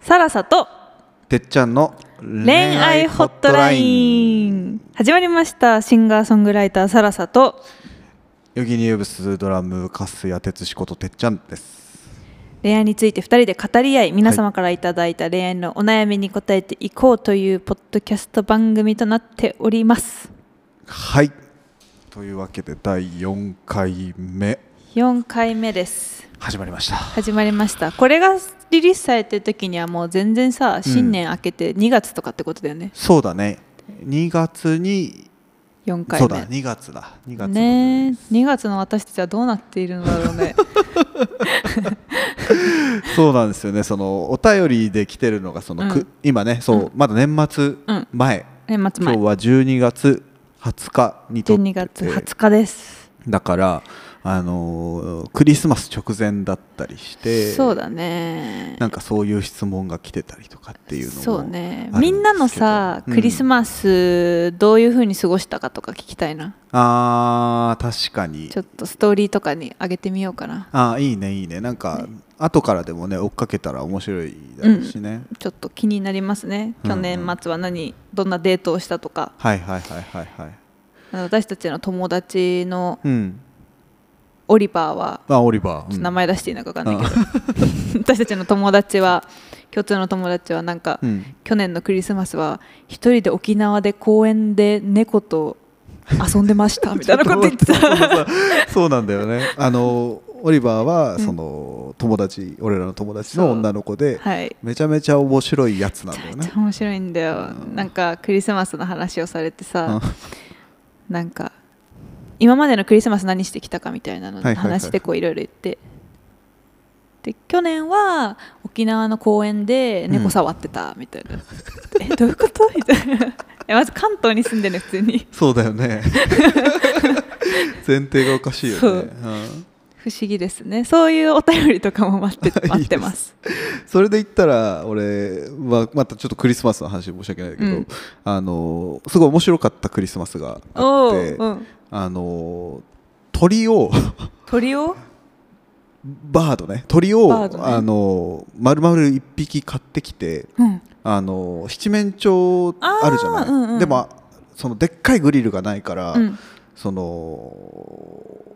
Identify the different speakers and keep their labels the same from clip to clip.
Speaker 1: サラサと
Speaker 2: てっちゃんの
Speaker 1: 恋愛ホットライン始まりましたシンガーソングライターサラサと
Speaker 2: ヨギニウブスドラム粕谷哲司ことてっちゃんです
Speaker 1: 恋愛について2人で語り合い皆様からいただいた恋愛のお悩みに答えていこうというポッドキャスト番組となっております
Speaker 2: はいというわけで第4回目
Speaker 1: 4回目です
Speaker 2: 始まりました
Speaker 1: 始まりましたこれがリリースされてる時にはもう全然さ新年明けて2月とかってことだよね、
Speaker 2: そうだね2月に
Speaker 1: 4回目
Speaker 2: そうだ2月だ2月の
Speaker 1: ねえ2月の私たちはどうなっているのだろうね
Speaker 2: そうなんですよねそのお便りで来てるのがその、
Speaker 1: うん
Speaker 2: く今ねそう、まだ年末
Speaker 1: うん
Speaker 2: 前、
Speaker 1: 年末前
Speaker 2: 今日は12月20日に撮ってて
Speaker 1: 12月20日です
Speaker 2: だからあのークリスマス直前だったりして
Speaker 1: そうだね
Speaker 2: なんかそういう質問が来てたりとかっていうのも
Speaker 1: そうね
Speaker 2: あるんですけど
Speaker 1: みんなのさ、
Speaker 2: うん
Speaker 1: クリスマスどういう風に過ごしたかとか聞きたいな
Speaker 2: あー確かに
Speaker 1: ちょっとストーリーとかに上げてみようかな
Speaker 2: あーいいねいいねなんか、後からでもね追っかけたら面白いだろうしね、
Speaker 1: ちょっと気になりますね
Speaker 2: うん
Speaker 1: 去
Speaker 2: うん
Speaker 1: 年末は何、どんなデートをしたとか
Speaker 2: はいはいはいはいはい
Speaker 1: あの私たちの友達の
Speaker 2: うん
Speaker 1: オリバーは
Speaker 2: あオリバー、うん
Speaker 1: 名前出していいのか分かんないけど 私たちの友達は共通の友達はなんか、
Speaker 2: うん
Speaker 1: 去年のクリスマスは一人で沖縄で公園で猫と遊んでました みたいなこと言って
Speaker 2: そうそ
Speaker 1: た
Speaker 2: うそう そうなんだよねあのオリバーは
Speaker 1: ん
Speaker 2: その友達俺らの友達の女の子で、
Speaker 1: はい
Speaker 2: めちゃめちゃ面白いやつな
Speaker 1: めち
Speaker 2: んだ
Speaker 1: ゃ
Speaker 2: よ
Speaker 1: め
Speaker 2: ね
Speaker 1: ちゃ面白いんだよ、
Speaker 2: うん
Speaker 1: なんかクリスマスの話をされて
Speaker 2: うん
Speaker 1: さ、なんか今までのクリスマス何してきたかみたいなの
Speaker 2: はいはいはい
Speaker 1: 話でこういろいろ言って、で去年は沖縄の公園で
Speaker 2: う
Speaker 1: 猫
Speaker 2: ん
Speaker 1: 触ってたみたいな、えどういうことみたいなえまず関東に住んでるの普通に
Speaker 2: そうだ よね前提がおかしいよね、
Speaker 1: そう
Speaker 2: うん
Speaker 1: 不思議ですねそういうお便りとかも待って待ってます
Speaker 2: それで言ったら俺はまたちょっとクリスマスの話申し訳ないけど、
Speaker 1: うん
Speaker 2: あのすごい面白かったクリスマスがあ
Speaker 1: お
Speaker 2: っ
Speaker 1: お
Speaker 2: て
Speaker 1: う、うん、
Speaker 2: あの鳥を
Speaker 1: 鳥を
Speaker 2: バードね鳥
Speaker 1: バー
Speaker 2: を、
Speaker 1: ドね
Speaker 2: あの丸々1匹買ってきて
Speaker 1: うん
Speaker 2: あの七面鳥あるじゃない、
Speaker 1: あーうんうん
Speaker 2: でもそのでっかいグリルがないから、
Speaker 1: うん
Speaker 2: その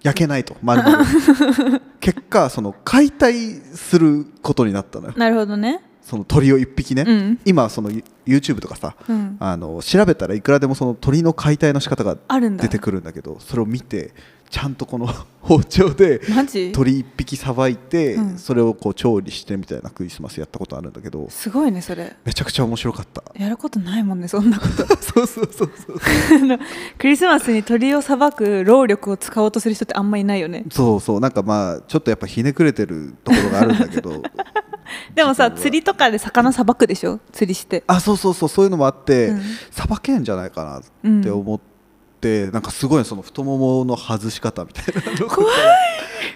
Speaker 2: 焼けないと丸々 結果その解体することになったのよ
Speaker 1: なるほどね
Speaker 2: その鳥を1匹ね、
Speaker 1: うん
Speaker 2: 今その You- YouTube とかさ
Speaker 1: うん
Speaker 2: あの調べたらいくらでもその鳥の解体の仕方が
Speaker 1: あるんだ
Speaker 2: 出てくるんだけどそれを見てちゃんとこの 包丁で
Speaker 1: マジ
Speaker 2: 鳥1匹さばいて、
Speaker 1: うん
Speaker 2: それをこう調理してみたいなクリスマスやったことあるんだけど
Speaker 1: すごいねそれ
Speaker 2: めちゃくちゃ面白かった
Speaker 1: やることないもんねそんなこと
Speaker 2: そうそうそうそう
Speaker 1: あのクリスマスに鳥をさばく労力を使おうとする人ってあんまいないよね
Speaker 2: そうそうなんかまあちょっとやっぱひねくれてるところがあるんだけど
Speaker 1: でもさ
Speaker 2: 自分は
Speaker 1: 釣りとかで魚さばくでしょ釣りして
Speaker 2: あそうそうそうそういうのもあって
Speaker 1: うん
Speaker 2: さば、けんじゃないか
Speaker 1: う
Speaker 2: なっ
Speaker 1: ん
Speaker 2: て思って、なんかすごいその太ももの外し方みたいなとこか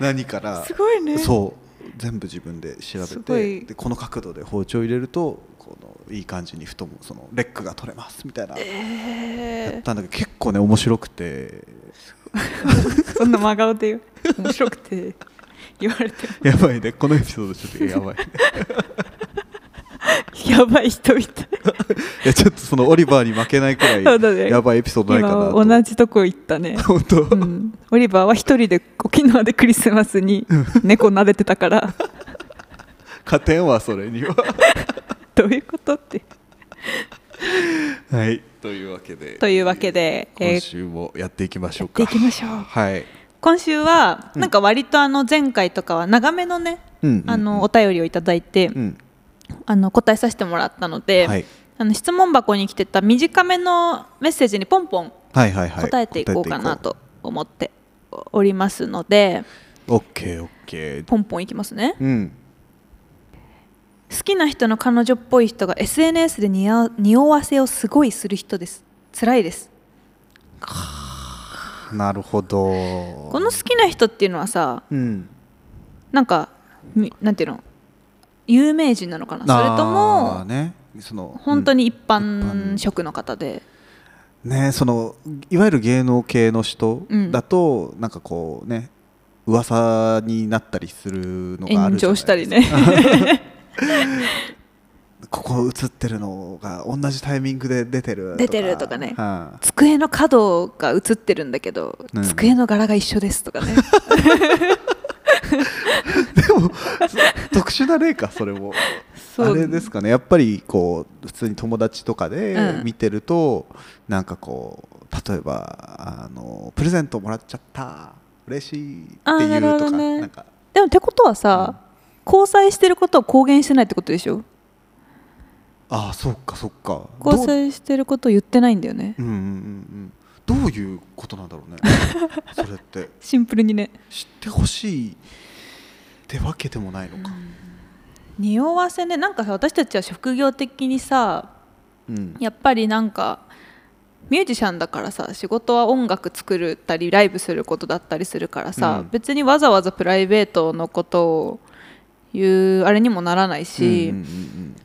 Speaker 2: ら何から
Speaker 1: すごいね
Speaker 2: そう全部自分で調べ
Speaker 1: すご
Speaker 2: て
Speaker 1: い
Speaker 2: でこの角度で包丁入れるとこのいい感じに太ももそのレックが取れますみたいな、やっ
Speaker 1: え
Speaker 2: たんだけど結構ね面白くて
Speaker 1: ー、そんな真顔で言う面白くて言われても
Speaker 2: やばいねこのエピソードちょっとやばいね
Speaker 1: やばい人みたい
Speaker 2: いやちょっとそのオリバーに負けないくら
Speaker 1: そうだね
Speaker 2: いやばいエピソードないかなと
Speaker 1: 今同じとこ行ったね
Speaker 2: 本当、
Speaker 1: うん、オリバーは一人で沖縄でクリスマスに猫撫でてた から
Speaker 2: 勝てんわそれには
Speaker 1: どういうことって
Speaker 2: はいというわけで
Speaker 1: というわけで、え
Speaker 2: 今
Speaker 1: ー
Speaker 2: 週もやっていきましょうか
Speaker 1: やっていきましょう
Speaker 2: はい、
Speaker 1: 今週は
Speaker 2: うん
Speaker 1: なんか割とあの前回とかは長めのね、
Speaker 2: うんうんうん
Speaker 1: あのお便りをいただいて、
Speaker 2: うん、
Speaker 1: あの答えさせてもらったので、
Speaker 2: はい
Speaker 1: あの質問箱に来てた短めのメッセージにポンポン
Speaker 2: はいはいはい
Speaker 1: 答えていこうかなと思っておりますので、
Speaker 2: オッケーオッケー
Speaker 1: ポンポンいきますね。
Speaker 2: うん
Speaker 1: 好きな人の彼女っぽい人が SNS でにあ匂わせをすごいする人です。辛いです。
Speaker 2: なるほど
Speaker 1: この好きな人っていうのはさ、
Speaker 2: うん
Speaker 1: なんかみなんていうの、有名人なのかな。それと
Speaker 2: あー
Speaker 1: も
Speaker 2: ねその
Speaker 1: 本当に一
Speaker 2: う
Speaker 1: 般
Speaker 2: ん
Speaker 1: 職の方で、
Speaker 2: うんねそのいわゆる芸能系の人
Speaker 1: うん
Speaker 2: だと、なんかこうね噂になったりするのがあ
Speaker 1: 炎
Speaker 2: るじゃない
Speaker 1: 上したりね。
Speaker 2: 顔映ってるのが同じタイミングで出てる
Speaker 1: 出てるとかね
Speaker 2: は
Speaker 1: 机の角が映ってるんだけど、
Speaker 2: うん
Speaker 1: 机の柄が一緒ですとかね
Speaker 2: いでもそ特殊な例かそれも
Speaker 1: そう
Speaker 2: あれですかねやっぱりこう普通に友達とかで
Speaker 1: うん
Speaker 2: 見てると、なんかこう例えばあのプレゼントもらっちゃった嬉しいって
Speaker 1: あー
Speaker 2: いう
Speaker 1: なるほ
Speaker 2: と
Speaker 1: ど
Speaker 2: か
Speaker 1: ね
Speaker 2: なんか
Speaker 1: でもってことはさ、交際してることを公言してないってことでしょ
Speaker 2: ああそっかそっか
Speaker 1: 交
Speaker 2: どう
Speaker 1: 際してることを言ってないんだよね
Speaker 2: うんうんうんうんどういうことなんだろうねそれって
Speaker 1: シンプルにね
Speaker 2: 知ってほしいってわけでもないのか、
Speaker 1: 匂わせねなんかさ私たちは職業的にさ
Speaker 2: うん
Speaker 1: やっぱりなんかミュージシャンだからさ仕事は音楽作ったりライブすることだったりするからさ、
Speaker 2: うん
Speaker 1: 別にわざわざプライベートのことを言うあれにもならないし、
Speaker 2: うんうんうん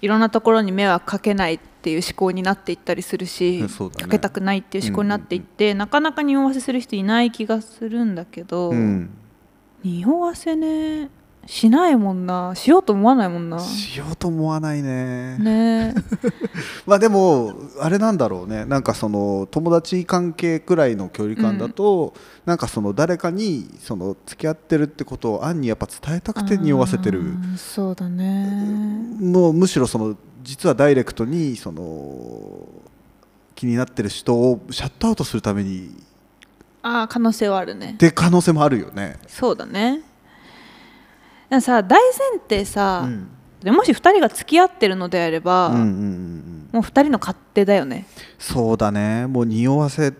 Speaker 1: いろんなところに迷惑かけないっていう思考になっていったりするし、
Speaker 2: うんそうだね
Speaker 1: かけたくないっていう思考になっていって、なかなか匂わせする人いない気がするんだけど、
Speaker 2: うん
Speaker 1: 匂わせねしないもんなしようと思わないもんな。
Speaker 2: しようと思わないね
Speaker 1: ね
Speaker 2: まあでもあれなんだろうねなんかその友達関係くらいの距離感だと、なんかその誰かにその付き合ってるってことを暗にやっぱ伝えたくて匂わせてる
Speaker 1: あーそうだね
Speaker 2: もうむしろその実はダイレクトにその気になってる人をシャットアウトするために
Speaker 1: ああ可能性はあるね
Speaker 2: って可能性もあるよね。
Speaker 1: そうだねでもさ大前提さ、
Speaker 2: うん
Speaker 1: でもし2人が付き合ってるのであれば、
Speaker 2: うんうんうんうん、
Speaker 1: もう2人の勝手だよね
Speaker 2: そうだねもう匂わせ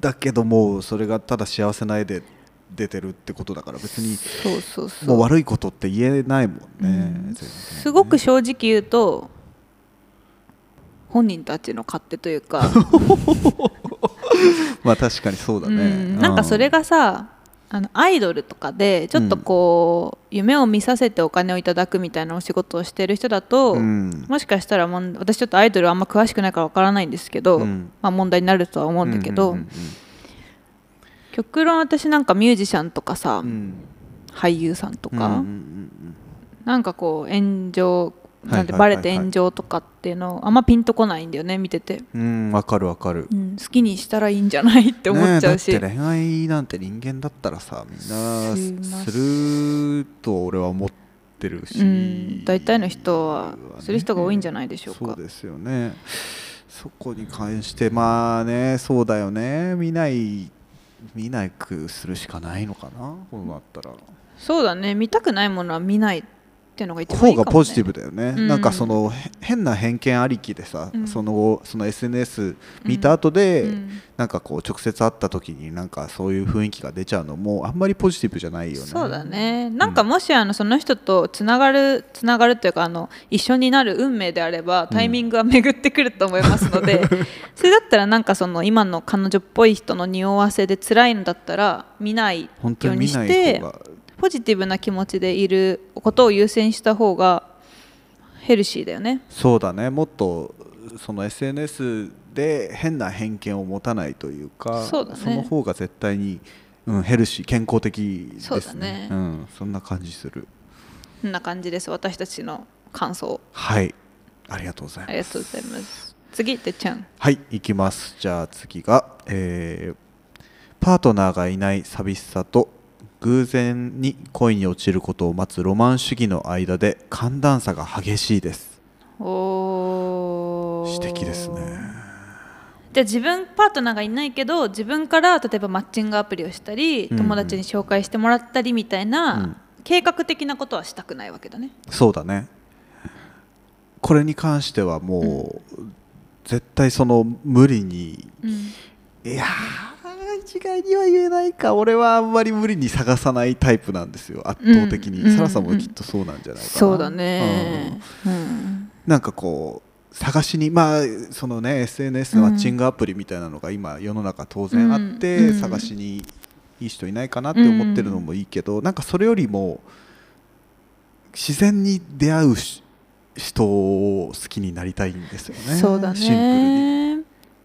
Speaker 2: だけどもうそれがただ幸せないで出てるってことだから別に
Speaker 1: そうそうそう
Speaker 2: もう悪いことって言えないもんね、
Speaker 1: うん
Speaker 2: 全然ね
Speaker 1: すごく正直言うと本人たちの勝手という か、
Speaker 2: まあ確かにそうだね、
Speaker 1: うんなんかそれ
Speaker 2: が
Speaker 1: がさあのアイドルとかでちょっとこう、夢を見させてお金をいただくみたいなお仕事をしてる人だと、
Speaker 2: うん
Speaker 1: もしかしたらもん私ちょっとアイドルあんま詳しくないからわからないんですけど、
Speaker 2: うん
Speaker 1: まあ、問題になるとは思うんだけど、
Speaker 2: うん
Speaker 1: 極論私なんかミュージシャンとかさ、
Speaker 2: うんうん
Speaker 1: 俳優さんと
Speaker 2: うん
Speaker 1: か、
Speaker 2: うんうんうん
Speaker 1: なんかこう炎上
Speaker 2: はい
Speaker 1: なんて
Speaker 2: はいは
Speaker 1: バ
Speaker 2: いは
Speaker 1: レ
Speaker 2: い
Speaker 1: て炎上とかっていうのあんまピンとこないんだよね見てて、
Speaker 2: うんわかるわかる
Speaker 1: うん好きにしたらいいんじゃないって思っちゃうし、
Speaker 2: ねえだって恋愛なんて人間だったらさみんな
Speaker 1: します
Speaker 2: すると俺は思ってるし、
Speaker 1: うん、大体の人はする人が多いんじゃないでしょうか。
Speaker 2: そうですよねそこに関してまあねそうだよね見ない見ないくするしかないのかなこうなったら
Speaker 1: そうだね見たくないものは見ないっていうのが一番い
Speaker 2: 方
Speaker 1: いかも、ね、
Speaker 2: がポジティブだよね、
Speaker 1: うん
Speaker 2: なんかそのへ変な偏見ありきでさ、
Speaker 1: うん
Speaker 2: その後その SNS 見た後で、
Speaker 1: うん
Speaker 2: なんかこう直接会った時になんかそういう雰囲気が出ちゃうのもあんまりポジティブじゃないよね
Speaker 1: そうだねなんかもしあのその人とつながるつながるというかあの一緒になる運命であればタイミングは巡ってくると思いますの で、それだったらなんかその今の彼女っぽい人の匂わせで辛いのだったら見ないよ
Speaker 2: 本
Speaker 1: う
Speaker 2: 当に
Speaker 1: に
Speaker 2: 見
Speaker 1: し
Speaker 2: ない
Speaker 1: て
Speaker 2: 方が
Speaker 1: ポジティブな気持ちでいることを優先した方がヘルシーだよね。
Speaker 2: そうだねもっとその SNS で変な偏見を持たないというか
Speaker 1: そうだね
Speaker 2: の方が絶対に、うん、ヘルシー健康的ですね
Speaker 1: そうだね
Speaker 2: うん、そんな感じする
Speaker 1: こんな感じです私たちの感想
Speaker 2: はいありがとうござい
Speaker 1: あ
Speaker 2: ま
Speaker 1: りが
Speaker 2: す
Speaker 1: とうございます次てっちゃん
Speaker 2: はい行きますじゃあ次が、えーパートナーがいない寂しさと偶然に恋に落ちることを待つロマン主義の間で寒暖差が激しいです
Speaker 1: おー
Speaker 2: 指摘ですね
Speaker 1: じゃあ自分パートナーがいないけど自分から例えばマッチングアプリをしたり
Speaker 2: うん
Speaker 1: 友達に紹介してもらったりみたいな、計画的なことはしたくないわけだね
Speaker 2: そうだねこれに関してはもう、絶対その無理に
Speaker 1: うん
Speaker 2: いやー一概には言えないか俺はあんまり無理に探さないタイプなんですよ圧倒的に、
Speaker 1: うんうん
Speaker 2: サラさんもきっとそうなんじゃないかな
Speaker 1: そうだ
Speaker 2: うん
Speaker 1: ねうん
Speaker 2: なんかこう探しにまあそのね SNS のマッチングアプリみたいなのが今世の中当然あって、
Speaker 1: うんうん
Speaker 2: 探しにいい人いないかなって思ってるのもいいけど、なんかそれよりも自然に出会うし人を好きになりたいんですよね
Speaker 1: そうだ
Speaker 2: シンプルに。
Speaker 1: ね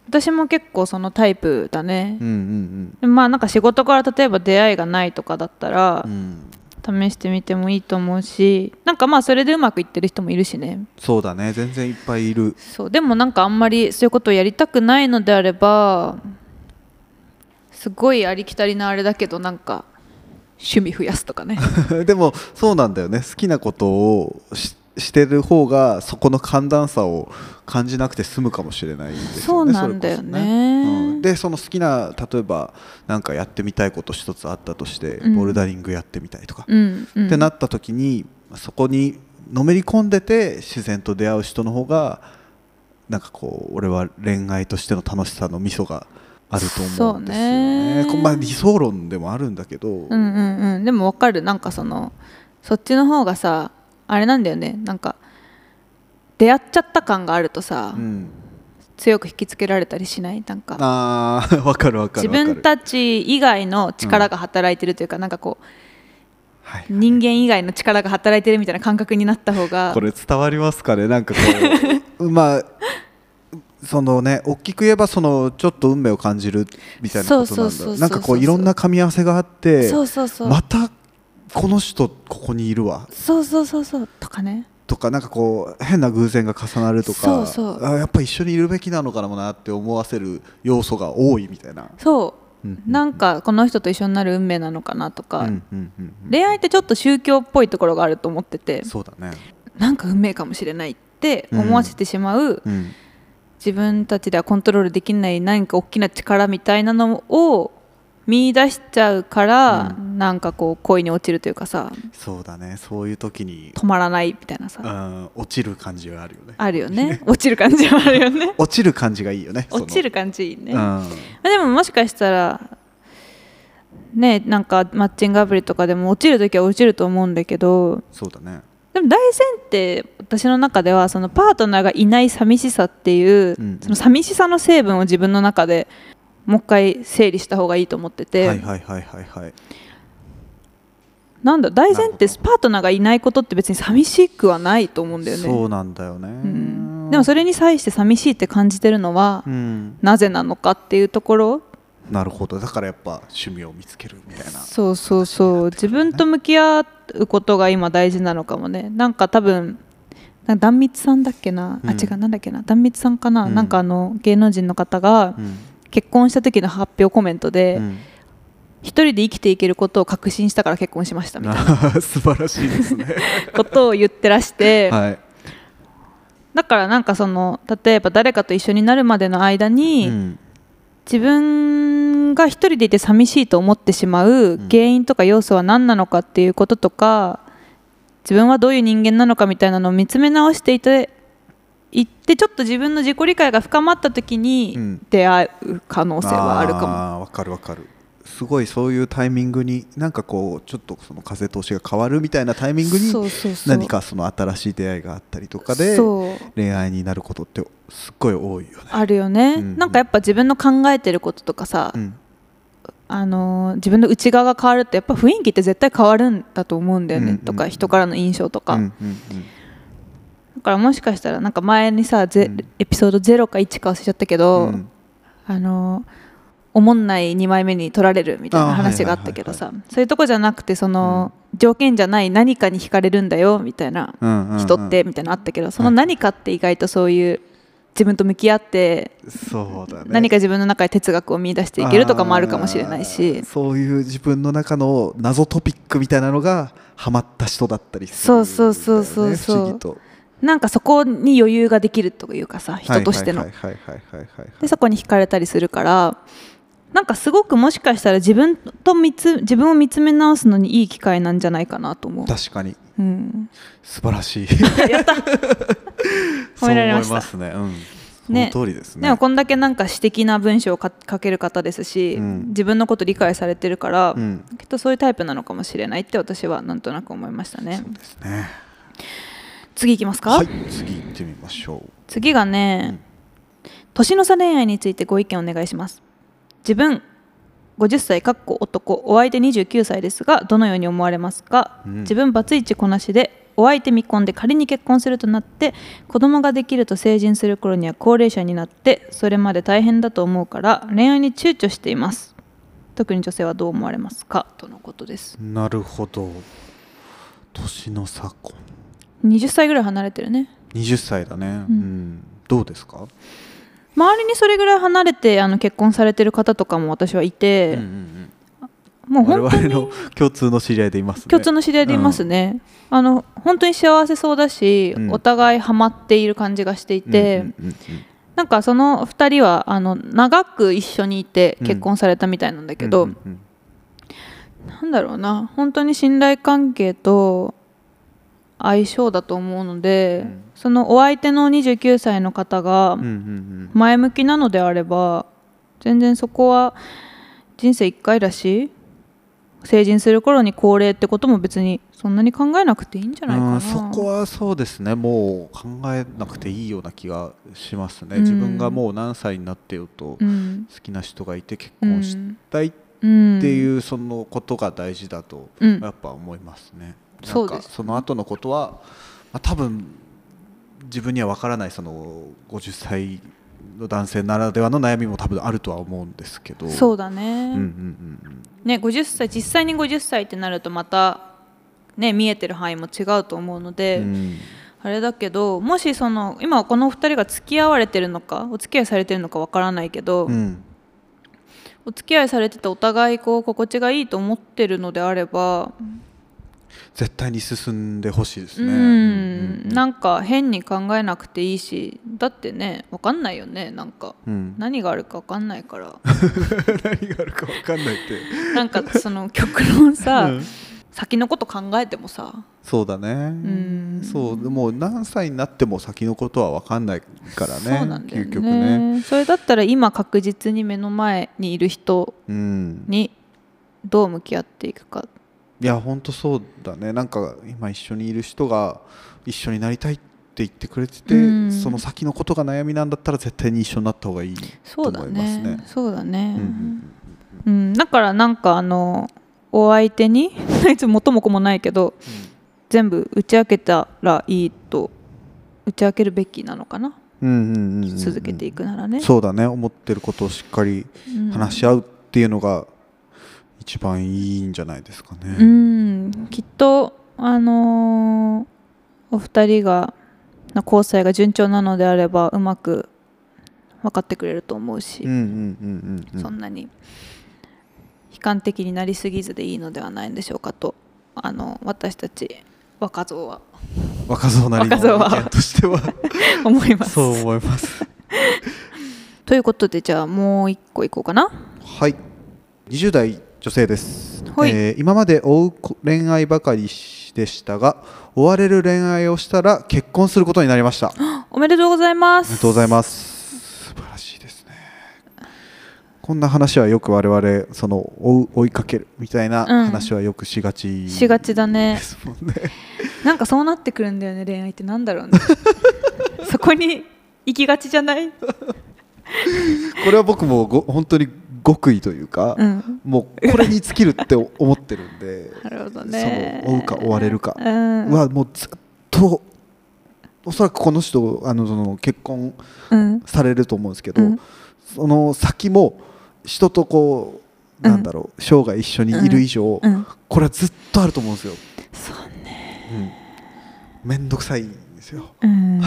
Speaker 1: 私も結構そのタイプだね
Speaker 2: うんうん
Speaker 1: まあなんか仕事から例えば出会いがないとかだったら、
Speaker 2: うんうん
Speaker 1: 試してみてもいいと思うしなんかまあそれでうまくいってる人もいるしね
Speaker 2: そうだね全然いっぱいいる
Speaker 1: そうでもなんかあんまりそういうことをやりたくないのであればすごいありきたりなあれだけどなんか趣味増やすとか ね
Speaker 2: でもそうなんだよね好きなことをししてる方がそこの寒暖差を感じなくて済むかもしれないですよね
Speaker 1: そうなんだよね
Speaker 2: それこそうんでその好きな例えばなんかやってみたいこと一つあったとして、
Speaker 1: うん
Speaker 2: ボルダリングやってみたいとか、
Speaker 1: うん、うん、
Speaker 2: ってなった時にそこにのめり込んでて自然と出会う人の方がなんかこう俺は恋愛としての楽しさの味噌があると思うんですよね。
Speaker 1: そうね
Speaker 2: まあ、理想論でもあるんだけど、
Speaker 1: うんうんうんでもわかるなんかそのそっちの方がさあれなんだよねなんか出会っちゃった感があるとさ、
Speaker 2: うん
Speaker 1: 強く引きつけられたりしないなんか
Speaker 2: あー わかるわか
Speaker 1: 自
Speaker 2: るわかる
Speaker 1: 分たち以外の力が働いてるというか、なんかこう
Speaker 2: はい
Speaker 1: 人間以外の力が働いてるみたいな感覚になった方が
Speaker 2: これ伝わりますかねなんかこう まあそのね大きく言えばそのちょっと運命を感じるみたいなこと
Speaker 1: そ
Speaker 2: な
Speaker 1: うそうんそうそうそう
Speaker 2: だなんかこういろんな噛み合わせがあって
Speaker 1: そうそうそう、
Speaker 2: またこの人ここにいるわ
Speaker 1: そうそうそうそうとかね
Speaker 2: とかなんかこう変な偶然が重なるとか
Speaker 1: そうそう
Speaker 2: あやっぱ一緒にいるべきなのかもなって思わせる要素が多いみたいな。
Speaker 1: そう、
Speaker 2: うん
Speaker 1: なんかこの人と一緒になる運命なのかなとか、
Speaker 2: うんうんうんうん
Speaker 1: 恋愛ってちょっと宗教っぽいところがあると思ってて
Speaker 2: そうだね、
Speaker 1: なんか運命かもしれないって思わせてしまう、
Speaker 2: うん、
Speaker 1: 自分たちではコントロールできない何か大きな力みたいなのを見出しちゃうから、なんかこう恋に落ちるというかさ
Speaker 2: そうだねそういう時に、
Speaker 1: 止まらないみたいなさ、
Speaker 2: うん、落ちる感じがあるよね
Speaker 1: あるよね落ちる感じはあるよね
Speaker 2: 落ちる感じがいいよね その
Speaker 1: 落ちる感じいいね、
Speaker 2: う
Speaker 1: まあ
Speaker 2: ん
Speaker 1: でももしかしたらねなんかマッチングアプリとかでも落ちる時は落ちると思うんだけど
Speaker 2: そうだね。
Speaker 1: でも大前提私の中ではそのパートナーがいない寂しさっていう、
Speaker 2: うん
Speaker 1: その寂しさの成分を自分の中でもう一回整理した方がいいと思ってて、
Speaker 2: はいはいはいはいはい。
Speaker 1: なんだ大前
Speaker 2: なる
Speaker 1: 提
Speaker 2: ほど
Speaker 1: パートナーがいないことって別に寂しくはないと思うんだよね
Speaker 2: そうなんだよ
Speaker 1: う
Speaker 2: ね。
Speaker 1: んでもそれに際して寂しいって感じてるのは、
Speaker 2: うん。
Speaker 1: なぜなのかっていうところ
Speaker 2: なるほど。だからやっぱ趣味を見つけるみたいな。
Speaker 1: そうそうそう自分と向き合うことが今大事なのかもねなんか多分なんか壇蜜さんだっけな、あ
Speaker 2: うん
Speaker 1: 違うなんだっけな壇蜜さんかな、
Speaker 2: うん
Speaker 1: なんかあの芸能人の方が
Speaker 2: うん。
Speaker 1: 結婚した時の発表コメントで、
Speaker 2: うん
Speaker 1: 一人で生きていけることを確信したから結婚しましたみたいな
Speaker 2: 素晴らしいですね。
Speaker 1: ことを言ってらして、
Speaker 2: はい。
Speaker 1: だからなんかその例えば誰かと一緒になるまでの間に、
Speaker 2: うん
Speaker 1: 自分が一人でいて寂しいと思ってしまう原因とか要素は何なのかっていうこととか、自分はどういう人間なのかみたいなのを見つめ直していていってちょっと自分の自己理解が深まった時
Speaker 2: う
Speaker 1: に
Speaker 2: ん
Speaker 1: 出会う可能性はあるかも、
Speaker 2: あーわかるわかる。すごいそういうタイミングになんかこうちょっとその風通しが変わるみたいなタイミングに
Speaker 1: そうそうそう
Speaker 2: 何かその新しい出会いがあったりとかで
Speaker 1: そう
Speaker 2: 恋愛になることってすっごい多いよね。
Speaker 1: あるよね、
Speaker 2: うん
Speaker 1: なんかやっぱ自分の考えてることとかさ、
Speaker 2: うん。
Speaker 1: あのー自分の内側が変わるってやっぱ雰囲気って絶対変わるんだと思うんだよね、
Speaker 2: うんうん
Speaker 1: とか人からの印象とか、
Speaker 2: うんうんうん
Speaker 1: だからもしかしたらなんか前にさ、ゼ
Speaker 2: うん
Speaker 1: エピソード0か1か忘れちゃったけど、
Speaker 2: うん
Speaker 1: あのおもんない2枚目に取られるみたいな話があったけど
Speaker 2: あ
Speaker 1: さそういうとこじゃなくてその、条件じゃない何かに惹かれるんだよみたいな、
Speaker 2: うんうんうん
Speaker 1: 人ってみたいなのあったけどその何かって意外とそういう自分と向き合って
Speaker 2: そうだね。
Speaker 1: 何か自分の中で哲学を見出していけるとかもあるかもしれない
Speaker 2: あー
Speaker 1: し
Speaker 2: そういう自分の中の謎トピックみたいなのがハマった人だったりするんだよね、
Speaker 1: そうそうそうそうそう
Speaker 2: 不思議と
Speaker 1: なんかそこに余裕ができるというかさ人としての
Speaker 2: はいはいはいはいはいはいはい
Speaker 1: でそこに惹かれたりするからなんかすごくもしかしたら自分と見つ自分を見つめ直すのにいい機会なんじゃないかなと思う、
Speaker 2: 確かに
Speaker 1: うん、
Speaker 2: 素晴らしい
Speaker 1: や った褒められました
Speaker 2: そう思いますね、うん、
Speaker 1: ね
Speaker 2: その通りですね
Speaker 1: でもこんだけなんか詩的な文章を書書ける方ですし、
Speaker 2: うん
Speaker 1: 自分のこと理解されてるから、
Speaker 2: うん
Speaker 1: きっとそういうタイプなのかもしれないって私はなんとなく思いましたね
Speaker 2: ですね
Speaker 1: 次いきますか、
Speaker 2: はい次行ってみましょ
Speaker 1: 次がね、年の差恋愛についてご意見お願いします自分50歳かっこ男お相手29歳ですがどのように思われますか、
Speaker 2: うん
Speaker 1: 自分バツイチこなしでお相手未婚で仮に結婚するとなって子供ができると成人する頃には高齢者になってそれまで大変だと思うから恋愛に躊躇しています特に女性はどう思われますかとのことです
Speaker 2: うなるほど年の差婚
Speaker 1: 20歳ぐらい離れてるね
Speaker 2: 20歳だね、うん
Speaker 1: うん
Speaker 2: どうですか、
Speaker 1: 周りにそれぐらい離れてあの結婚されてる方とかも私はいて、
Speaker 2: うんうん
Speaker 1: もう
Speaker 2: うん、
Speaker 1: 本当
Speaker 2: 我々
Speaker 1: に
Speaker 2: の共通の知り合いでいますね
Speaker 1: 共通の知り合いでいますね、あの本当に幸せそうだし、
Speaker 2: うん
Speaker 1: お互いハマっている感じがしていて、
Speaker 2: うんうんうんうん
Speaker 1: なんかその2人はあの長く一緒にいて
Speaker 2: うん
Speaker 1: 結婚されたみたいなんだけど、
Speaker 2: うんうん
Speaker 1: なんだろうな本当に信頼関係と相性だと思うので、
Speaker 2: うん
Speaker 1: そのお相手の29歳の方が
Speaker 2: うんうんうん
Speaker 1: 前向きなのであれば全然そこは人生1回だし成人する頃に高齢ってことも別にそんなに考えなくていいんじゃないか
Speaker 2: う
Speaker 1: なん
Speaker 2: そこはそうですねもう考えなくていいような気がしますね、
Speaker 1: うん
Speaker 2: 自分がもう何歳になってようと
Speaker 1: う
Speaker 2: 好
Speaker 1: ん
Speaker 2: きな人がいて結婚したいっ
Speaker 1: うん、
Speaker 2: ていううそのことが大事だと
Speaker 1: うん
Speaker 2: やっぱ思いますね、なんか
Speaker 1: そうです
Speaker 2: その後のことは、まあ、多分自分には分からないその50歳の男性ならではの悩みも多分あるとは思うんですけど
Speaker 1: そう
Speaker 2: う
Speaker 1: だね、
Speaker 2: んうんうん
Speaker 1: ね、50歳実際に50歳ってなるとまた、ね、見えてる範囲も違うと思うの
Speaker 2: う
Speaker 1: で、
Speaker 2: んうん
Speaker 1: あれだけどもしその今このお二人が付き合われてるのかお付き合いされてるのかわからないけど、
Speaker 2: うん
Speaker 1: お付き合いされててお互いこう心地がいいと思ってるのであれば、
Speaker 2: 絶対に進んでほしいです
Speaker 1: う
Speaker 2: ね。
Speaker 1: んなんか変に考えなくていいしだってねわかんないよねなんか
Speaker 2: うん
Speaker 1: 何があるかわかんないから
Speaker 2: 何があるか分かんないって
Speaker 1: なんかその極論さ、
Speaker 2: うん
Speaker 1: 先のこと考えてもさ
Speaker 2: そうだね、
Speaker 1: ん
Speaker 2: そうもう何歳になっても先のことは分かんないからね
Speaker 1: そうなんだよ
Speaker 2: 究極ね、
Speaker 1: それだったら今確実に目の前にいる人
Speaker 2: うん、
Speaker 1: にどう向き合っていくか
Speaker 2: いや本当そうだねなんか今一緒にいる人が一緒になりたいって言ってくれてて、
Speaker 1: うん
Speaker 2: その先のことが悩みなんだったら絶対に一緒になった方がいいと
Speaker 1: そうだ
Speaker 2: 思います
Speaker 1: ね
Speaker 2: ね。
Speaker 1: そうだね
Speaker 2: うんうん
Speaker 1: うん、だからなんかあのお相手に いつも元も子もないけど全部打ち明けたらいいと打ち明けるべきなのかな
Speaker 2: うんうんうんうんうん
Speaker 1: 続けていくならね、
Speaker 2: そうだね思ってることをしっかり
Speaker 1: うん
Speaker 2: 話し合うっていうのが一番いいんじゃないですかね。
Speaker 1: うんきっとあのーお二人がの交際が順調なのであればうまく分かってくれると思うし、
Speaker 2: うんうんうんうんうん
Speaker 1: そんなに悲観的になりすぎずでいいのではないんでしょうかとあの私たち若造 は
Speaker 2: 若造なり の
Speaker 1: 若造は
Speaker 2: 意見としては
Speaker 1: 思います。
Speaker 2: そう思います
Speaker 1: ということでじゃあもう一個いこうかな。
Speaker 2: はい20代女性です、
Speaker 1: はい
Speaker 2: えー今まで追う恋愛ばかりでしたが追われる恋愛をしたら結婚することになりましたあ
Speaker 1: おめでとうございま
Speaker 2: り
Speaker 1: す。
Speaker 2: がとうございます素晴らしいですねこんな話はよく我々その追う追いかけるみたいな
Speaker 1: うん
Speaker 2: 話はよくしがち、
Speaker 1: しがちだね
Speaker 2: ですもんね
Speaker 1: なんかそうなってくるんだよね恋愛ってなんだろう ね。そこに行きがちじゃない？
Speaker 2: これは僕もご本当に極意というか、
Speaker 1: うん。
Speaker 2: もうこれに尽きるって思ってるんで
Speaker 1: なるほどね。
Speaker 2: その追うか追われるか
Speaker 1: うん。
Speaker 2: はもうずっとおそらくこの人あのその結婚
Speaker 1: うん。
Speaker 2: されると思うんですけど、
Speaker 1: うん
Speaker 2: その先も人とこうなんだろう、生涯一緒にいる以上、
Speaker 1: うん。
Speaker 2: これはずっとあると思うんですよ。
Speaker 1: そうね。
Speaker 2: うん、めんどくさいんですよ。
Speaker 1: うん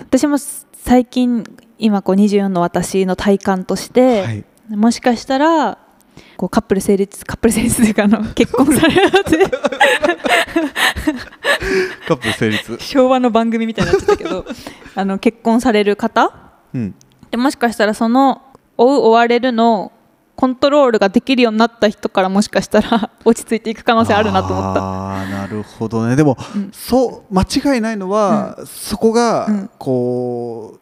Speaker 1: 私も最近今こう24の私の体感として、
Speaker 2: はい、
Speaker 1: もしかしたらこうカップル成立カップル成立というかあの結婚されるって。
Speaker 2: カップル成立
Speaker 1: 昭和の番組みたいになっちゃったけどあの結婚される方
Speaker 2: うん、
Speaker 1: でもしかしたらその追う追われるのコントロールができるようになった人からもしかしたら落ち着いていく可能性あるなと思った。
Speaker 2: あーなるほどねでも、
Speaker 1: うん
Speaker 2: そう間違いないのは、そこが、
Speaker 1: うん
Speaker 2: こ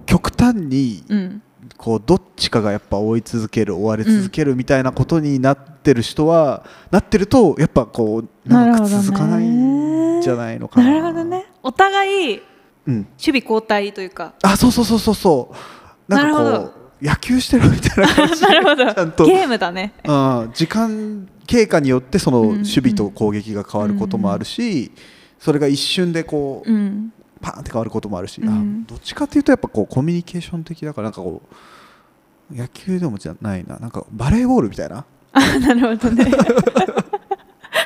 Speaker 2: う極端に、
Speaker 1: うん、
Speaker 2: こうどっちかがやっぱ追い続ける追われ続けるみたいなことになってる人は、なってるとやっぱこう長く続かないんじゃないのかな。
Speaker 1: なるほどねお互い
Speaker 2: うん、
Speaker 1: 守備交代というか
Speaker 2: あそうそうそうそうそうなん
Speaker 1: な
Speaker 2: か
Speaker 1: る
Speaker 2: こ
Speaker 1: ほ
Speaker 2: う野球してるみたいな感 じ
Speaker 1: なるほど
Speaker 2: ちゃんと
Speaker 1: ゲームだね
Speaker 2: あ時間経過によってその
Speaker 1: うんうん
Speaker 2: 守備と攻撃が変わることもあるし、それが一瞬でこう、
Speaker 1: うん
Speaker 2: パーンって変わることもあるし、
Speaker 1: う
Speaker 2: あ
Speaker 1: ん
Speaker 2: どっちかっていうとやっぱこうコミュニケーション的だからなんかこう 野球でもじゃないななんかバレーボールみたいな
Speaker 1: あなるほどね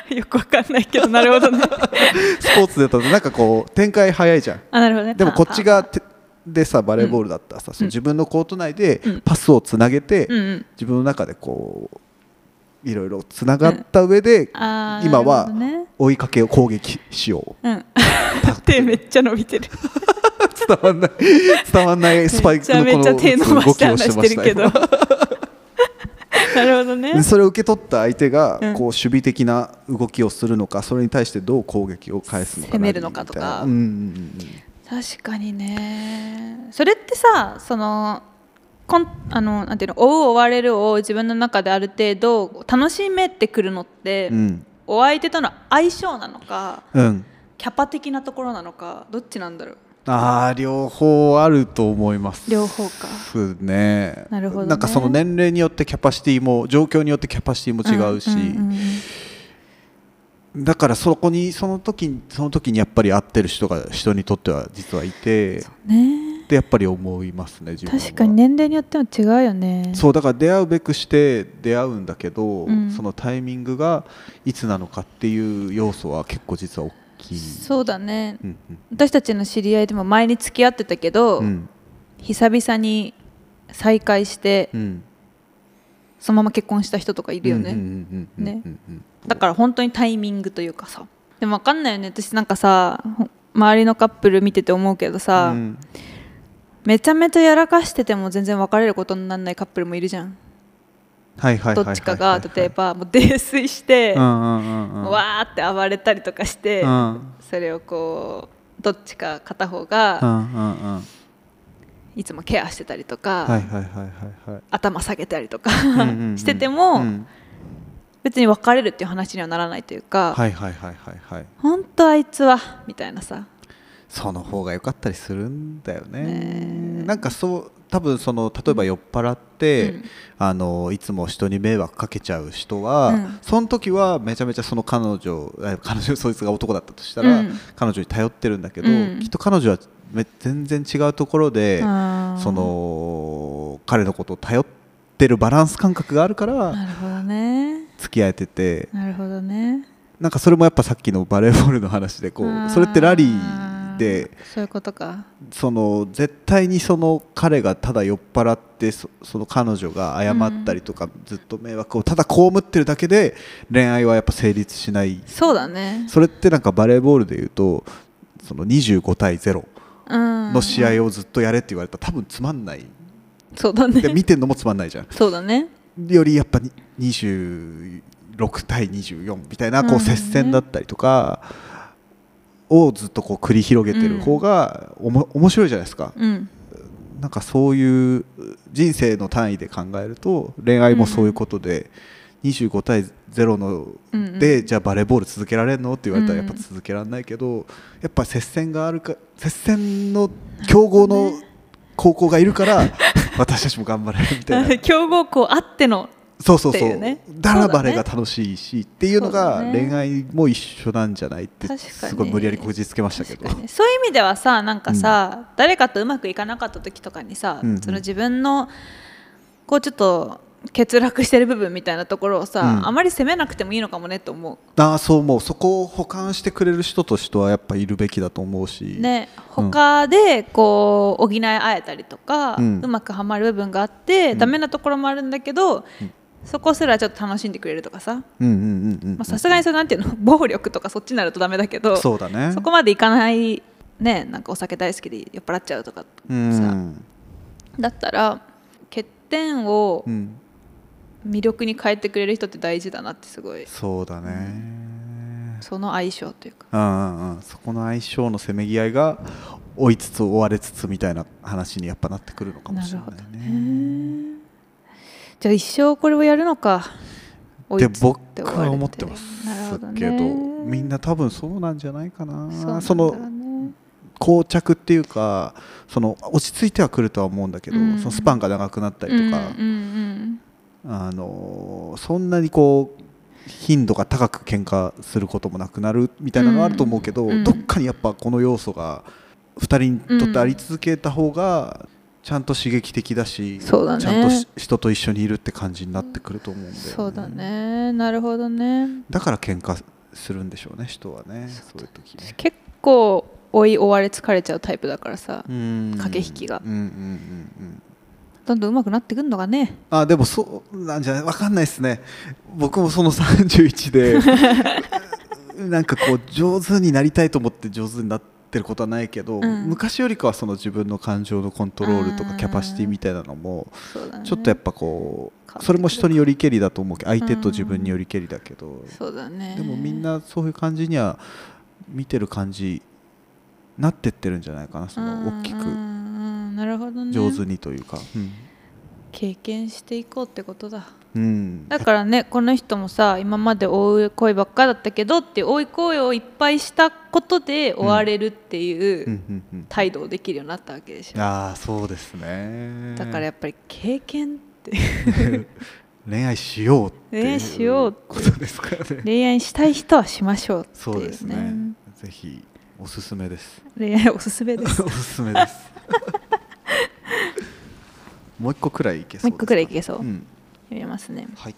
Speaker 1: よくわかんないけどなるほどね
Speaker 2: スポーツだとなんかこう展開早いじゃん
Speaker 1: あなるほどね
Speaker 2: でもこっちが
Speaker 1: パ
Speaker 2: てでさバレーボールだったらさ、その自分のコート内で
Speaker 1: うん
Speaker 2: パスをつなげて、
Speaker 1: ンうんうん
Speaker 2: 自分の中でこういろいろつながった上で、
Speaker 1: あー
Speaker 2: 今
Speaker 1: なるほ
Speaker 2: は
Speaker 1: どね
Speaker 2: 追いかけを攻撃しよう
Speaker 1: うん 手めっちゃ伸びてる
Speaker 2: 伝わんない伝わんないスパイクの
Speaker 1: めち
Speaker 2: こ
Speaker 1: ゃめ
Speaker 2: の
Speaker 1: ちゃ手伸ば
Speaker 2: 動
Speaker 1: して
Speaker 2: きを
Speaker 1: 話
Speaker 2: して
Speaker 1: し
Speaker 2: ま
Speaker 1: てる
Speaker 2: した
Speaker 1: けど
Speaker 2: よ
Speaker 1: なるほどね
Speaker 2: でそれを受け取った相手が
Speaker 1: うん
Speaker 2: こう守備的な動きをするのかそれに対してどう攻撃を返すのか
Speaker 1: 攻めるのかとか
Speaker 2: みたいなうんうんうん
Speaker 1: 確かにねそれってさそのこんあのなんていうの追う追われるを自分の中である程度楽しめてくるのって、
Speaker 2: うん
Speaker 1: お相手との相性なのか
Speaker 2: うん
Speaker 1: キャパ的なところなのかどっちなんだろう
Speaker 2: あー両方あると思います
Speaker 1: 両方か
Speaker 2: ね
Speaker 1: なるほどね
Speaker 2: なんかその年齢によってキャパシティも状況によってキャパシティも違うし、
Speaker 1: んんん
Speaker 2: だからそこにその時にその時にやっぱり合ってる人が人にとっては実はいて
Speaker 1: うんね
Speaker 2: ってやっぱり思いますね自分は
Speaker 1: 確かに年齢によっても違うよね
Speaker 2: そうだから出会うべくして出会うんだけど、
Speaker 1: うん
Speaker 2: そのタイミングがいつなのかっていう要素は結構実は大きい
Speaker 1: そうだね、
Speaker 2: うんうん
Speaker 1: 私たちの知り合いでも前に付き合ってたけど、
Speaker 2: うん
Speaker 1: 久々に再会して、
Speaker 2: うん
Speaker 1: そのまま結婚した人とかいるよね、
Speaker 2: うんうんうんうんうんうんうん
Speaker 1: だから本当にタイミングというかさでも分かんないよね私なんかさほ周りのカップル見てて思うけどさ、
Speaker 2: うん
Speaker 1: めちゃめちゃやらかしてても全然別れることにならないカップルもいるじゃん
Speaker 2: はいはいはいはいはい
Speaker 1: どっちかが例えばもう泥酔して、
Speaker 2: うんうんうんうん
Speaker 1: わーって暴れたりとかして、
Speaker 2: うん
Speaker 1: それをこうどっちか片方
Speaker 2: う
Speaker 1: が
Speaker 2: んうんうん
Speaker 1: いつもケアしてたりとか、
Speaker 2: はいはいはいはいはい
Speaker 1: 頭下げたりとか
Speaker 2: うんうんうん
Speaker 1: してても、
Speaker 2: うん
Speaker 1: 別に別れるっていう話にはならないというか、
Speaker 2: はいはいはいはいはい
Speaker 1: 本当あいつはみたいなさ
Speaker 2: その方が良かったりするんだよね。
Speaker 1: ねえ
Speaker 2: なんかそう多分その例えば酔っ払って、
Speaker 1: うん
Speaker 2: あのいつも人に迷惑かけちゃう人は、
Speaker 1: うん
Speaker 2: その時はめちゃめちゃその彼女あ彼女そいつが男だったとしたら、
Speaker 1: うん
Speaker 2: 彼女に頼ってるんだけど、
Speaker 1: うん
Speaker 2: きっと彼女はめ全然違うところで、
Speaker 1: あー
Speaker 2: その彼のことを頼ってるバランス感覚があるから
Speaker 1: なるほどね
Speaker 2: 付き合えてて、
Speaker 1: なるほどね
Speaker 2: なんかそれもやっぱさっきのバレーボールの話でこ
Speaker 1: あ
Speaker 2: う
Speaker 1: ー
Speaker 2: それってラリーで。
Speaker 1: そういうことか
Speaker 2: その絶対にその彼がただ酔っ払ってそその彼女が謝ったりとか、ずっと迷惑をただ被ってるだけで恋愛はやっぱ成立しない
Speaker 1: そうだね
Speaker 2: それってなんかバレーボールでいうとその25対0
Speaker 1: うん
Speaker 2: の試合をずっとやれって言われたら多分つまんない
Speaker 1: そうだ
Speaker 2: で
Speaker 1: ね
Speaker 2: 見てるのもつまんないじゃん
Speaker 1: そうだね
Speaker 2: よりやっぱに26対24みたいなこ
Speaker 1: うん
Speaker 2: う接戦だったりとかをずっとこう繰り広げてる方がおも面白いじゃないですか。
Speaker 1: うん
Speaker 2: なんかそういう人生の単位で考えると恋愛もそういうことで、25対0の
Speaker 1: うんうん
Speaker 2: で、じゃあバレーボール続けられるのって言われたら
Speaker 1: う
Speaker 2: や
Speaker 1: ん
Speaker 2: っぱ続けられないけど、やっぱ接戦があるか接戦の強豪の高校がいるから、私たちも頑張れるみた いな
Speaker 1: 強豪校あっての
Speaker 2: そうそう
Speaker 1: って
Speaker 2: そう
Speaker 1: いうね
Speaker 2: だから
Speaker 1: そうだ
Speaker 2: バ
Speaker 1: ね
Speaker 2: レーが楽しいしっていうの
Speaker 1: そう
Speaker 2: が
Speaker 1: だね
Speaker 2: 恋愛も一緒なんじゃないって
Speaker 1: 確かに
Speaker 2: すごい無理やりこじつけましたけど
Speaker 1: 確か。にそういう意味ではさなんかさ、誰かとうまくいかなかった時とかにさ、
Speaker 2: うんうん
Speaker 1: その自分のこうちょっと欠落してる部分みたいなところをさ、
Speaker 2: うん
Speaker 1: あまり責めなくてもいいのかもねと思
Speaker 2: ああそう思うそこを補完してくれる人としてはやっぱいるべきだと思うし
Speaker 1: うね他でこう補い合えたりとか、う
Speaker 2: うん
Speaker 1: まくはまる部分があって、
Speaker 2: ん
Speaker 1: ダメなところもあるんだけど、そこすらちょっと楽しんでくれるとかさ
Speaker 2: うんうんうんうんうん
Speaker 1: まあさすがにそれなんていうの 暴力とかそっちになるとダメだけど
Speaker 2: そうだね
Speaker 1: そこまでいかないねなんかお酒大好きで酔っ払っちゃうとかさ、
Speaker 2: うん
Speaker 1: だったら欠点を
Speaker 2: うん
Speaker 1: 魅力に変えてくれる人って大事だなってすごい
Speaker 2: そうだね
Speaker 1: その相性というか
Speaker 2: うんうんうんそこの相性のせめぎ合いが追いつつ追われつつみたいな話にやっぱなってくるのかもしれない
Speaker 1: なるほど
Speaker 2: ね
Speaker 1: じゃあ一生これをやるのか追
Speaker 2: で
Speaker 1: いつ
Speaker 2: 僕
Speaker 1: て追われ
Speaker 2: は思ってます
Speaker 1: なるほど
Speaker 2: けど
Speaker 1: ね
Speaker 2: みんな多分そうなんじゃないかな
Speaker 1: そうなんだ
Speaker 2: そ
Speaker 1: ろ
Speaker 2: の
Speaker 1: うね
Speaker 2: 膠着っていうかその落ち着いてはくるとは思うんだけど、
Speaker 1: うん
Speaker 2: そのスパンが長くなったりとか、
Speaker 1: うんうん
Speaker 2: あのーそんなにこう頻度が高く喧嘩することもなくなるみたいなのはあると思うけど、
Speaker 1: うんうん
Speaker 2: どっかにやっぱこの要素が2人にとってあり続けた方がちゃんと刺激的だし、
Speaker 1: そうだね
Speaker 2: ちゃんとし人と一緒にいるって感じになってくると思うん
Speaker 1: う
Speaker 2: で、
Speaker 1: んそうだねなるほどね
Speaker 2: だから喧嘩するんでしょうね人はねそういう時ね
Speaker 1: 結構追い追われ疲れちゃうタイプだからさ、
Speaker 2: うん
Speaker 1: 駆け引きが
Speaker 2: うんうんうんうん
Speaker 1: どんどん上手くなってくんのがね
Speaker 2: あでもそうなんじゃないわかんないですね僕もその31で なんかこう上手になりたいと思って上手になってることはないけど、
Speaker 1: うん
Speaker 2: 昔よりかはその自分の感情のコントロールと
Speaker 1: あ
Speaker 2: か
Speaker 1: ー
Speaker 2: キャパシティみたいなのも
Speaker 1: そうだね
Speaker 2: ちょっとやっぱこ
Speaker 1: 変わってく
Speaker 2: う
Speaker 1: る
Speaker 2: それも人によりけりだと思うけど相手と自分によりけりだけど
Speaker 1: そうだね
Speaker 2: でもみんなそういう感じには見てる感じなってってるんじゃないかなそ
Speaker 1: うん
Speaker 2: の大き
Speaker 1: う
Speaker 2: く
Speaker 1: んうんなるほどね
Speaker 2: 上手にというか。うん
Speaker 1: 経験していこうってことだ
Speaker 2: うん
Speaker 1: だからねこの人もさ今まで追う恋ばっかだったけどって追い恋をいっぱいしたことで追われるって
Speaker 2: う
Speaker 1: いうん
Speaker 2: うんうん
Speaker 1: 態度をできるようになったわけでしょ、
Speaker 2: ああそうですね
Speaker 1: だからやっぱり経験って
Speaker 2: 恋愛しようって
Speaker 1: 恋
Speaker 2: い
Speaker 1: 愛しよう
Speaker 2: う
Speaker 1: って
Speaker 2: ことですからね
Speaker 1: 恋愛したい人はしましょうっていう、ね、
Speaker 2: そうですねぜひおすすめです
Speaker 1: 恋愛おすすめですも
Speaker 2: おすす めですもう一個くらいいけそうで
Speaker 1: う
Speaker 2: すか
Speaker 1: 一個くらいいけそう、
Speaker 2: うん
Speaker 1: 読みますね
Speaker 2: はい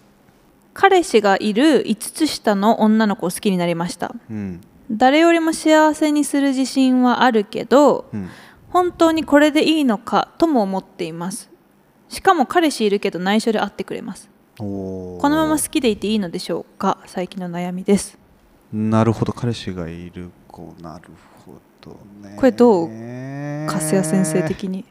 Speaker 1: 彼氏がいる5つ下の女の子を好きになりました
Speaker 2: うん
Speaker 1: 誰よりも幸せにする自信はあるけど
Speaker 2: うん
Speaker 1: 本当にこれでいいのかとも思っていますしかも彼氏いるけど内緒で会ってくれます
Speaker 2: おー
Speaker 1: このまま好きでいていいのでしょうか最近の悩みです
Speaker 2: なるほど彼氏がいる子なるほどね
Speaker 1: これどう
Speaker 2: 粕
Speaker 1: 粕谷先生的に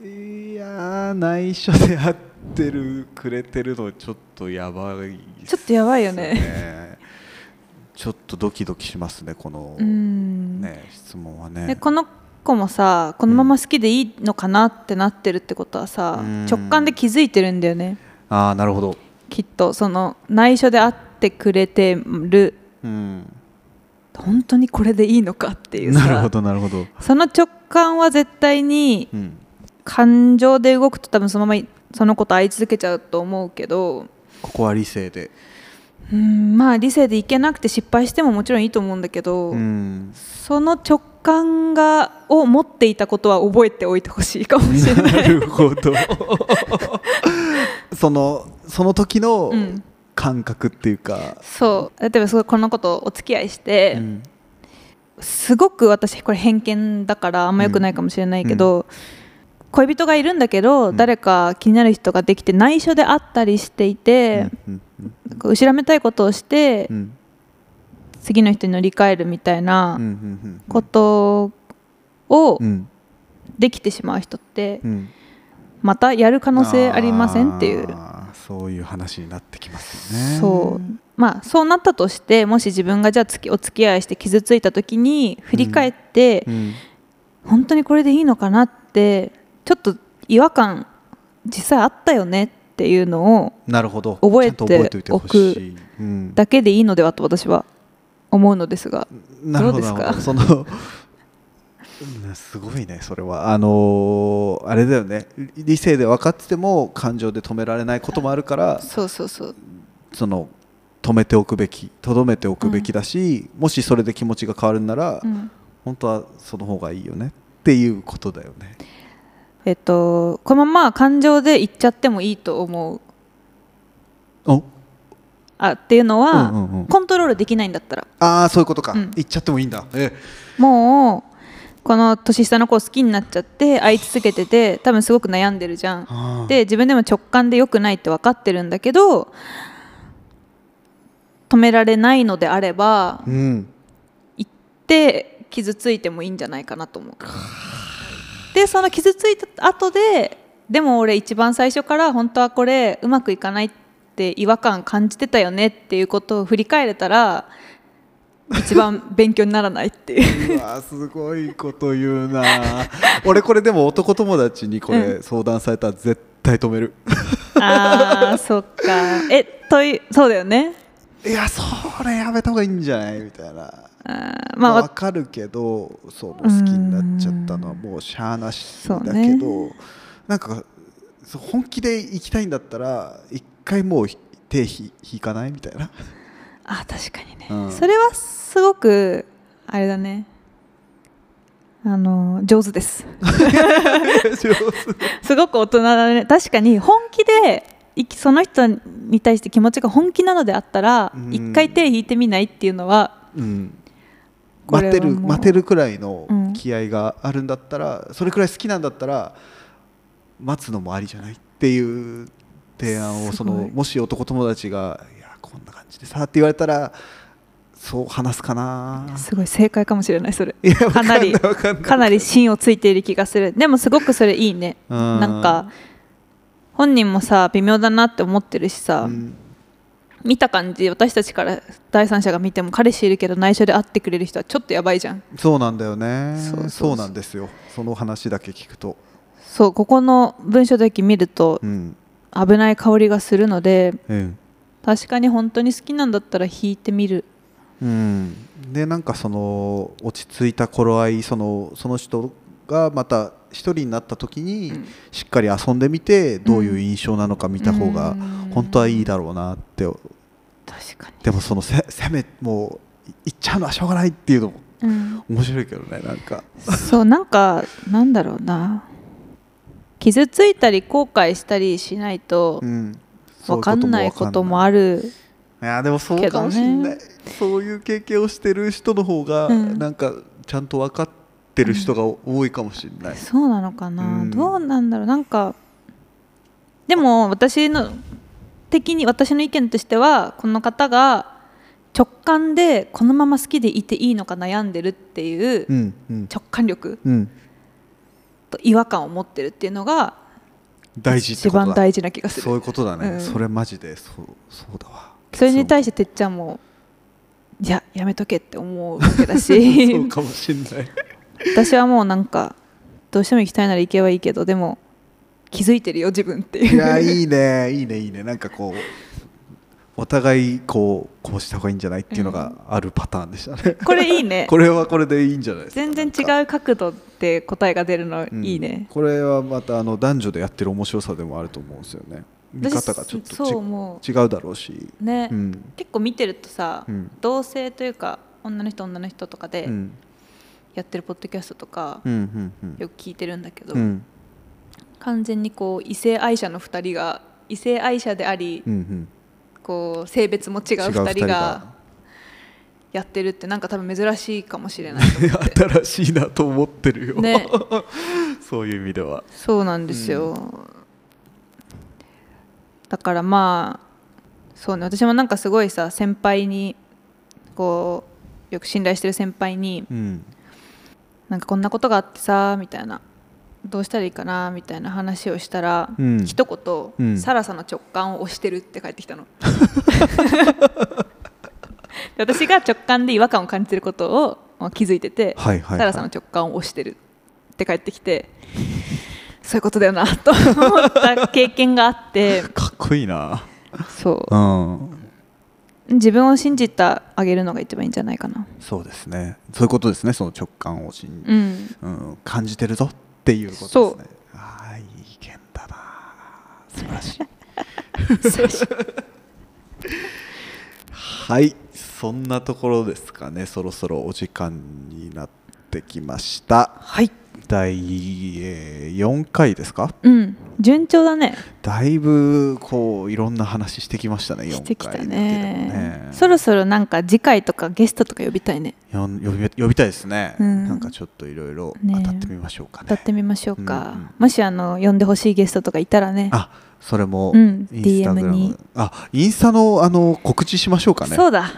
Speaker 2: いやー内緒で会ってるくれてるのちょっとやばいっす
Speaker 1: ちょっとやばいよね
Speaker 2: ねちょっとドキドキしますねこの、
Speaker 1: うん、
Speaker 2: ね質問はね
Speaker 1: でこの子もさこのまま好きでいいのかなってなってるってことはさ、
Speaker 2: うん
Speaker 1: 直感で気づいてるんだよね
Speaker 2: ああなるほど
Speaker 1: きっとその内緒で会ってくれてる
Speaker 2: うん
Speaker 1: 本当にこれでいいのかっていうさ
Speaker 2: なるほどなるほど
Speaker 1: その直感は絶対に
Speaker 2: うん
Speaker 1: 感情で動くと多分そのままその子と会い続けちゃうと思うけど
Speaker 2: ここは理性で
Speaker 1: うんまあ理性でいけなくて失敗してももちろんいいと思うんだけど、
Speaker 2: うん
Speaker 1: その直感がを持っていたことは覚えておいてほしいかもしれない。
Speaker 2: な るほどそのその時の
Speaker 1: うん
Speaker 2: 感覚っていうか、
Speaker 1: そう例えばすごいこの子とお付き合いして、
Speaker 2: うん
Speaker 1: すごく私これ偏見だからあんま良くないかもしれないけど、恋人がいるんだけど、
Speaker 2: ん
Speaker 1: 誰か気になる人ができて内緒で会ったりしていて、
Speaker 2: うんうん
Speaker 1: なんか後ろめたいことをして、
Speaker 2: うん
Speaker 1: 次の人に乗り換えるみたい
Speaker 2: うんう
Speaker 1: なんことを
Speaker 2: うん
Speaker 1: できてしまう人って、
Speaker 2: うん
Speaker 1: またやる可能性ありませんっていう。
Speaker 2: あーそういう話になってきますよね
Speaker 1: そうまあ、そうなったとしてもし自分がじゃあつきお付き合いして傷ついた時に振り返って、
Speaker 2: うん
Speaker 1: 本当にこれでいいのかなってちょっと違和感実際あったよねっていうのを
Speaker 2: なるほど
Speaker 1: 覚え
Speaker 2: ちゃんと覚えておいてほしい、うん
Speaker 1: だけでいいのではと私は思うのですが
Speaker 2: なるほど
Speaker 1: どうですか
Speaker 2: なるほどその うんすごいねそれはあのーあれだよね理理性で分かってても感情で止められないこともあるから
Speaker 1: そうそうそう
Speaker 2: その止めておくべきとどめておくべきだし、もしそれで気持ちが変わるんなら、
Speaker 1: うん
Speaker 2: 本当はその方がいいよねっていうことだよね
Speaker 1: えっとこのまま感情で言っちゃってもいいと思う
Speaker 2: お
Speaker 1: あっていうのは、
Speaker 2: うんうんうん
Speaker 1: コントロールできないんだったら
Speaker 2: ああそういうことか、
Speaker 1: うん
Speaker 2: 言っちゃってもいいんだえ
Speaker 1: もうこの年下の子を好きになっちゃって会い続けてて多分すごく悩んでるじゃん
Speaker 2: はあ
Speaker 1: で自分でも直感で良くないって分かってるんだけど止められないのであれば
Speaker 2: うん
Speaker 1: 行って傷ついてもいいんじゃないかなと思うでその傷ついた後ででも俺一番最初から本当はこれうまくいかないって違和感感じてたよねっていうことを振り返れたら一番勉強にならないっていう
Speaker 2: うわすごいこと言うな俺これでも男友達にこれ相談されたら絶対止 める
Speaker 1: あーそっかえといそうだよね
Speaker 2: いやそれやめた方がいいんじゃないみたいな、
Speaker 1: あーま
Speaker 2: まあ、
Speaker 1: あ
Speaker 2: 分かるけどその好きになっちゃったのはもうしゃあなしだけど、
Speaker 1: そうね
Speaker 2: なんかそう本気で行きたいんだったら一回もうひ手ひ引かないみたい な
Speaker 1: あ確かにね、
Speaker 2: うん
Speaker 1: それはすごくあれだねあの上手です
Speaker 2: 上手
Speaker 1: すごく大人だね確かに本気でいきその人に対して気持ちが本気なのであったら
Speaker 2: うん
Speaker 1: 一回手引いてみないっていうのは
Speaker 2: うん、
Speaker 1: こ
Speaker 2: 待
Speaker 1: れ
Speaker 2: っ
Speaker 1: は
Speaker 2: てる
Speaker 1: もう
Speaker 2: 待てるくらいの
Speaker 1: うん
Speaker 2: 気合があるんだったら、それくらい好きなんだったら待つのもありじゃないっていう提案を
Speaker 1: す
Speaker 2: そ
Speaker 1: ごい
Speaker 2: のもし男友達が「いやこんな感じでさ」って言われたらそう話すかな。
Speaker 1: すごい正解かもしれないそれ
Speaker 2: いやわ
Speaker 1: か
Speaker 2: ん
Speaker 1: なり
Speaker 2: わかんない
Speaker 1: かなり芯をついている気がするでもすごくそれいいね
Speaker 2: うん
Speaker 1: なんか本人もさ微妙だなって思ってるしさ、
Speaker 2: うん
Speaker 1: 見た感じ私たちから第三者が見ても彼氏いるけど内緒で会ってくれる人はちょっとやばいじゃん
Speaker 2: そうなんだよね
Speaker 1: そうそうそう
Speaker 2: そうなんですよその話だけ聞くと、
Speaker 1: そうここの文章だけ見ると
Speaker 2: うん
Speaker 1: 危ない香りがするので
Speaker 2: うん
Speaker 1: 確かに本当に好きなんだったら弾いてみる
Speaker 2: うん、でなんかその落ち着いた頃合いそのその人がまた一人になった時に
Speaker 1: うん
Speaker 2: しっかり遊んでみてどういう印象なのか見た方
Speaker 1: う
Speaker 2: が
Speaker 1: ん
Speaker 2: 本当はいいだろうなって
Speaker 1: 確か
Speaker 2: でもそのせ攻めもうい行っちゃうのはしょうがないっていうのも
Speaker 1: に、うん、
Speaker 2: 面白いけどねなんか
Speaker 1: そうなんかなんだろうな傷ついたり後悔したりしないと
Speaker 2: うん
Speaker 1: 分かんないことも
Speaker 2: ある
Speaker 1: ある
Speaker 2: いやでもそうかもしんない、
Speaker 1: け
Speaker 2: そういう経験をしてる人の方が
Speaker 1: うん
Speaker 2: なんかちゃんと分かってる人が多いかもしんない、
Speaker 1: そうなのかな、
Speaker 2: うん
Speaker 1: どうなんだろうなんかでも私の的に私の意見としてはこの方が直感でこのまま好きでいていいのか悩んでるっていう
Speaker 2: うんうん
Speaker 1: 直感力
Speaker 2: うん、
Speaker 1: と違和感を持ってるっていうのが
Speaker 2: 大事って
Speaker 1: 一
Speaker 2: ことだ
Speaker 1: 番大事な気がす
Speaker 2: そうい
Speaker 1: る
Speaker 2: うことだね、
Speaker 1: うん
Speaker 2: それマジでそうそうだわ
Speaker 1: それに対
Speaker 2: し
Speaker 1: しててっちゃんもいややめとけって思うわけだし
Speaker 2: そうかもしんない
Speaker 1: 私はもうなんかどうしても行きたいなら行けばいいけどでも気づいてるよ自分っていう
Speaker 2: いやいいねいいねいいねなんかこうお互いこうこうした方がいいんじゃないっていうのがあるパターンでしたね、
Speaker 1: これいいね
Speaker 2: これはこれでいいんじゃないですか
Speaker 1: 全然
Speaker 2: なんか
Speaker 1: 違う角度で答えが出るの
Speaker 2: うん
Speaker 1: いいね、
Speaker 2: これはまたあの男女でやってる面白さでもあると思うんですよね見
Speaker 1: 私
Speaker 2: 方がちょっとち
Speaker 1: そう思
Speaker 2: 違うだろうし、
Speaker 1: うね、
Speaker 2: うん
Speaker 1: 結構見てるとさ、
Speaker 2: うん
Speaker 1: 同性というか女の人女の人とか
Speaker 2: う
Speaker 1: で
Speaker 2: ん
Speaker 1: やってるポッドキャストとか、
Speaker 2: うんうんうん
Speaker 1: よく聞いてるんだけど、
Speaker 2: うん
Speaker 1: 完全にこう異性愛者の2人が異性愛者であり、
Speaker 2: うんうん
Speaker 1: こう性別も違う
Speaker 2: 違う
Speaker 1: 2
Speaker 2: 二人
Speaker 1: 人
Speaker 2: が
Speaker 1: がやってるってなんか多分珍しいかもしれないと思って
Speaker 2: 新しいなと思ってるよ、
Speaker 1: ね
Speaker 2: そういう意味では
Speaker 1: そうなんですよ、だからまあそうね私もなんかすごいさ先輩にこうよく信頼してる先輩に
Speaker 2: うん
Speaker 1: なんかこんなことがあってさみたいなどうしたらいいかなみたいな話をしたら、
Speaker 2: うん
Speaker 1: 一言、
Speaker 2: うん
Speaker 1: サラサの直感を押してるって返ってきたので私が直感で違和感を感じてることをまあ気づいてて、
Speaker 2: はいはいはい
Speaker 1: サラサの直感を押してるって返ってきてそういうことだよなと思った経験があっ て
Speaker 2: かっこいいな
Speaker 1: そ
Speaker 2: うん
Speaker 1: う自分を信じてあげるのが一番いいんじゃないかな
Speaker 2: そうですねそういうことですねその直感を信
Speaker 1: う
Speaker 2: じ、
Speaker 1: ん
Speaker 2: うん感じてるぞっていうことですねああいい意見だな素晴らしいはいそんなところですかねそろそろお時間になってきました
Speaker 1: はい
Speaker 2: 第、えー、4回ですか
Speaker 1: うん順調だね
Speaker 2: だいぶこういろんな話してきましたね4回
Speaker 1: してきたね
Speaker 2: だけでもね
Speaker 1: そろそろなんか次回とかゲストとか呼びたいね
Speaker 2: よん呼び呼びたいですね、
Speaker 1: うん
Speaker 2: なんかちょっといろいろ
Speaker 1: ね
Speaker 2: 当たってみましょうかね
Speaker 1: 歌ってみましょうか、
Speaker 2: うんうん
Speaker 1: もしあの呼んでほしいゲストとかいたらね
Speaker 2: あそれも
Speaker 1: うん
Speaker 2: インスタグラム、
Speaker 1: DM に
Speaker 2: あインスタのあの告知しましょうかね
Speaker 1: そうだ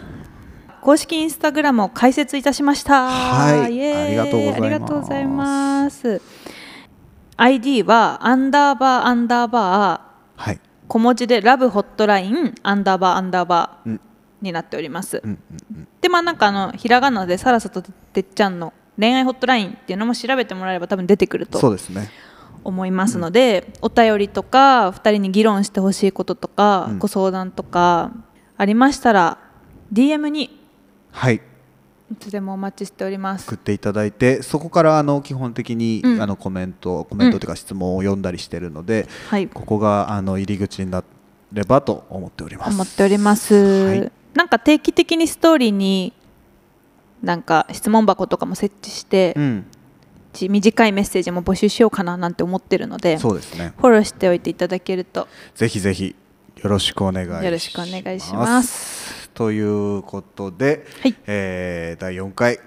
Speaker 1: 公式インスタグラムを開設いたしました
Speaker 2: はい
Speaker 1: イエーイ
Speaker 2: ありがとうございます
Speaker 1: ありがとうございます ID はアンダーバーアンダーバー
Speaker 2: はい、
Speaker 1: 小文字でラブホットラインアンダーバーアンダーバ
Speaker 2: うん
Speaker 1: ーになっております、
Speaker 2: うんうんうん、
Speaker 1: でまあなんかあのひらがなでサラサとてっちゃんの恋愛ホットラインっていうのも調べてもらえれば多分出てくると
Speaker 2: そうですね
Speaker 1: 思いますので、お便りとか2人に議論してほしいこととか、
Speaker 2: うん
Speaker 1: ご相談とかありましたら DM に
Speaker 2: はい
Speaker 1: いつでもお待ちしております
Speaker 2: 送っていただいてそこからあの基本的に、
Speaker 1: うん
Speaker 2: あのコメントコメントというか質問を読んだりしてるので、
Speaker 1: はい
Speaker 2: ここがあの入り口になればと思っております
Speaker 1: 思っております、
Speaker 2: はい
Speaker 1: なんか定期的にストーリーになんか質問箱とかも設置して
Speaker 2: う、ん
Speaker 1: ち短いメッセージも募集しようかななんて思ってるのでフ
Speaker 2: そうですね
Speaker 1: ォローしておいていただけると
Speaker 2: ぜひぜひよろしくお願いします
Speaker 1: よろしくお願いします
Speaker 2: ということで、
Speaker 1: はい
Speaker 2: えー第4回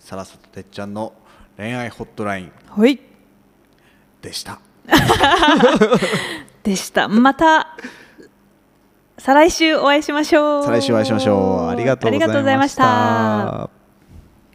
Speaker 2: サラサとてっちゃんの恋愛ホットライン
Speaker 1: はい
Speaker 2: でした
Speaker 1: でしたまた再来週お会いしましょう
Speaker 2: 再来週お会いしましょうありがとう
Speaker 1: あり
Speaker 2: ございました
Speaker 1: がとうございました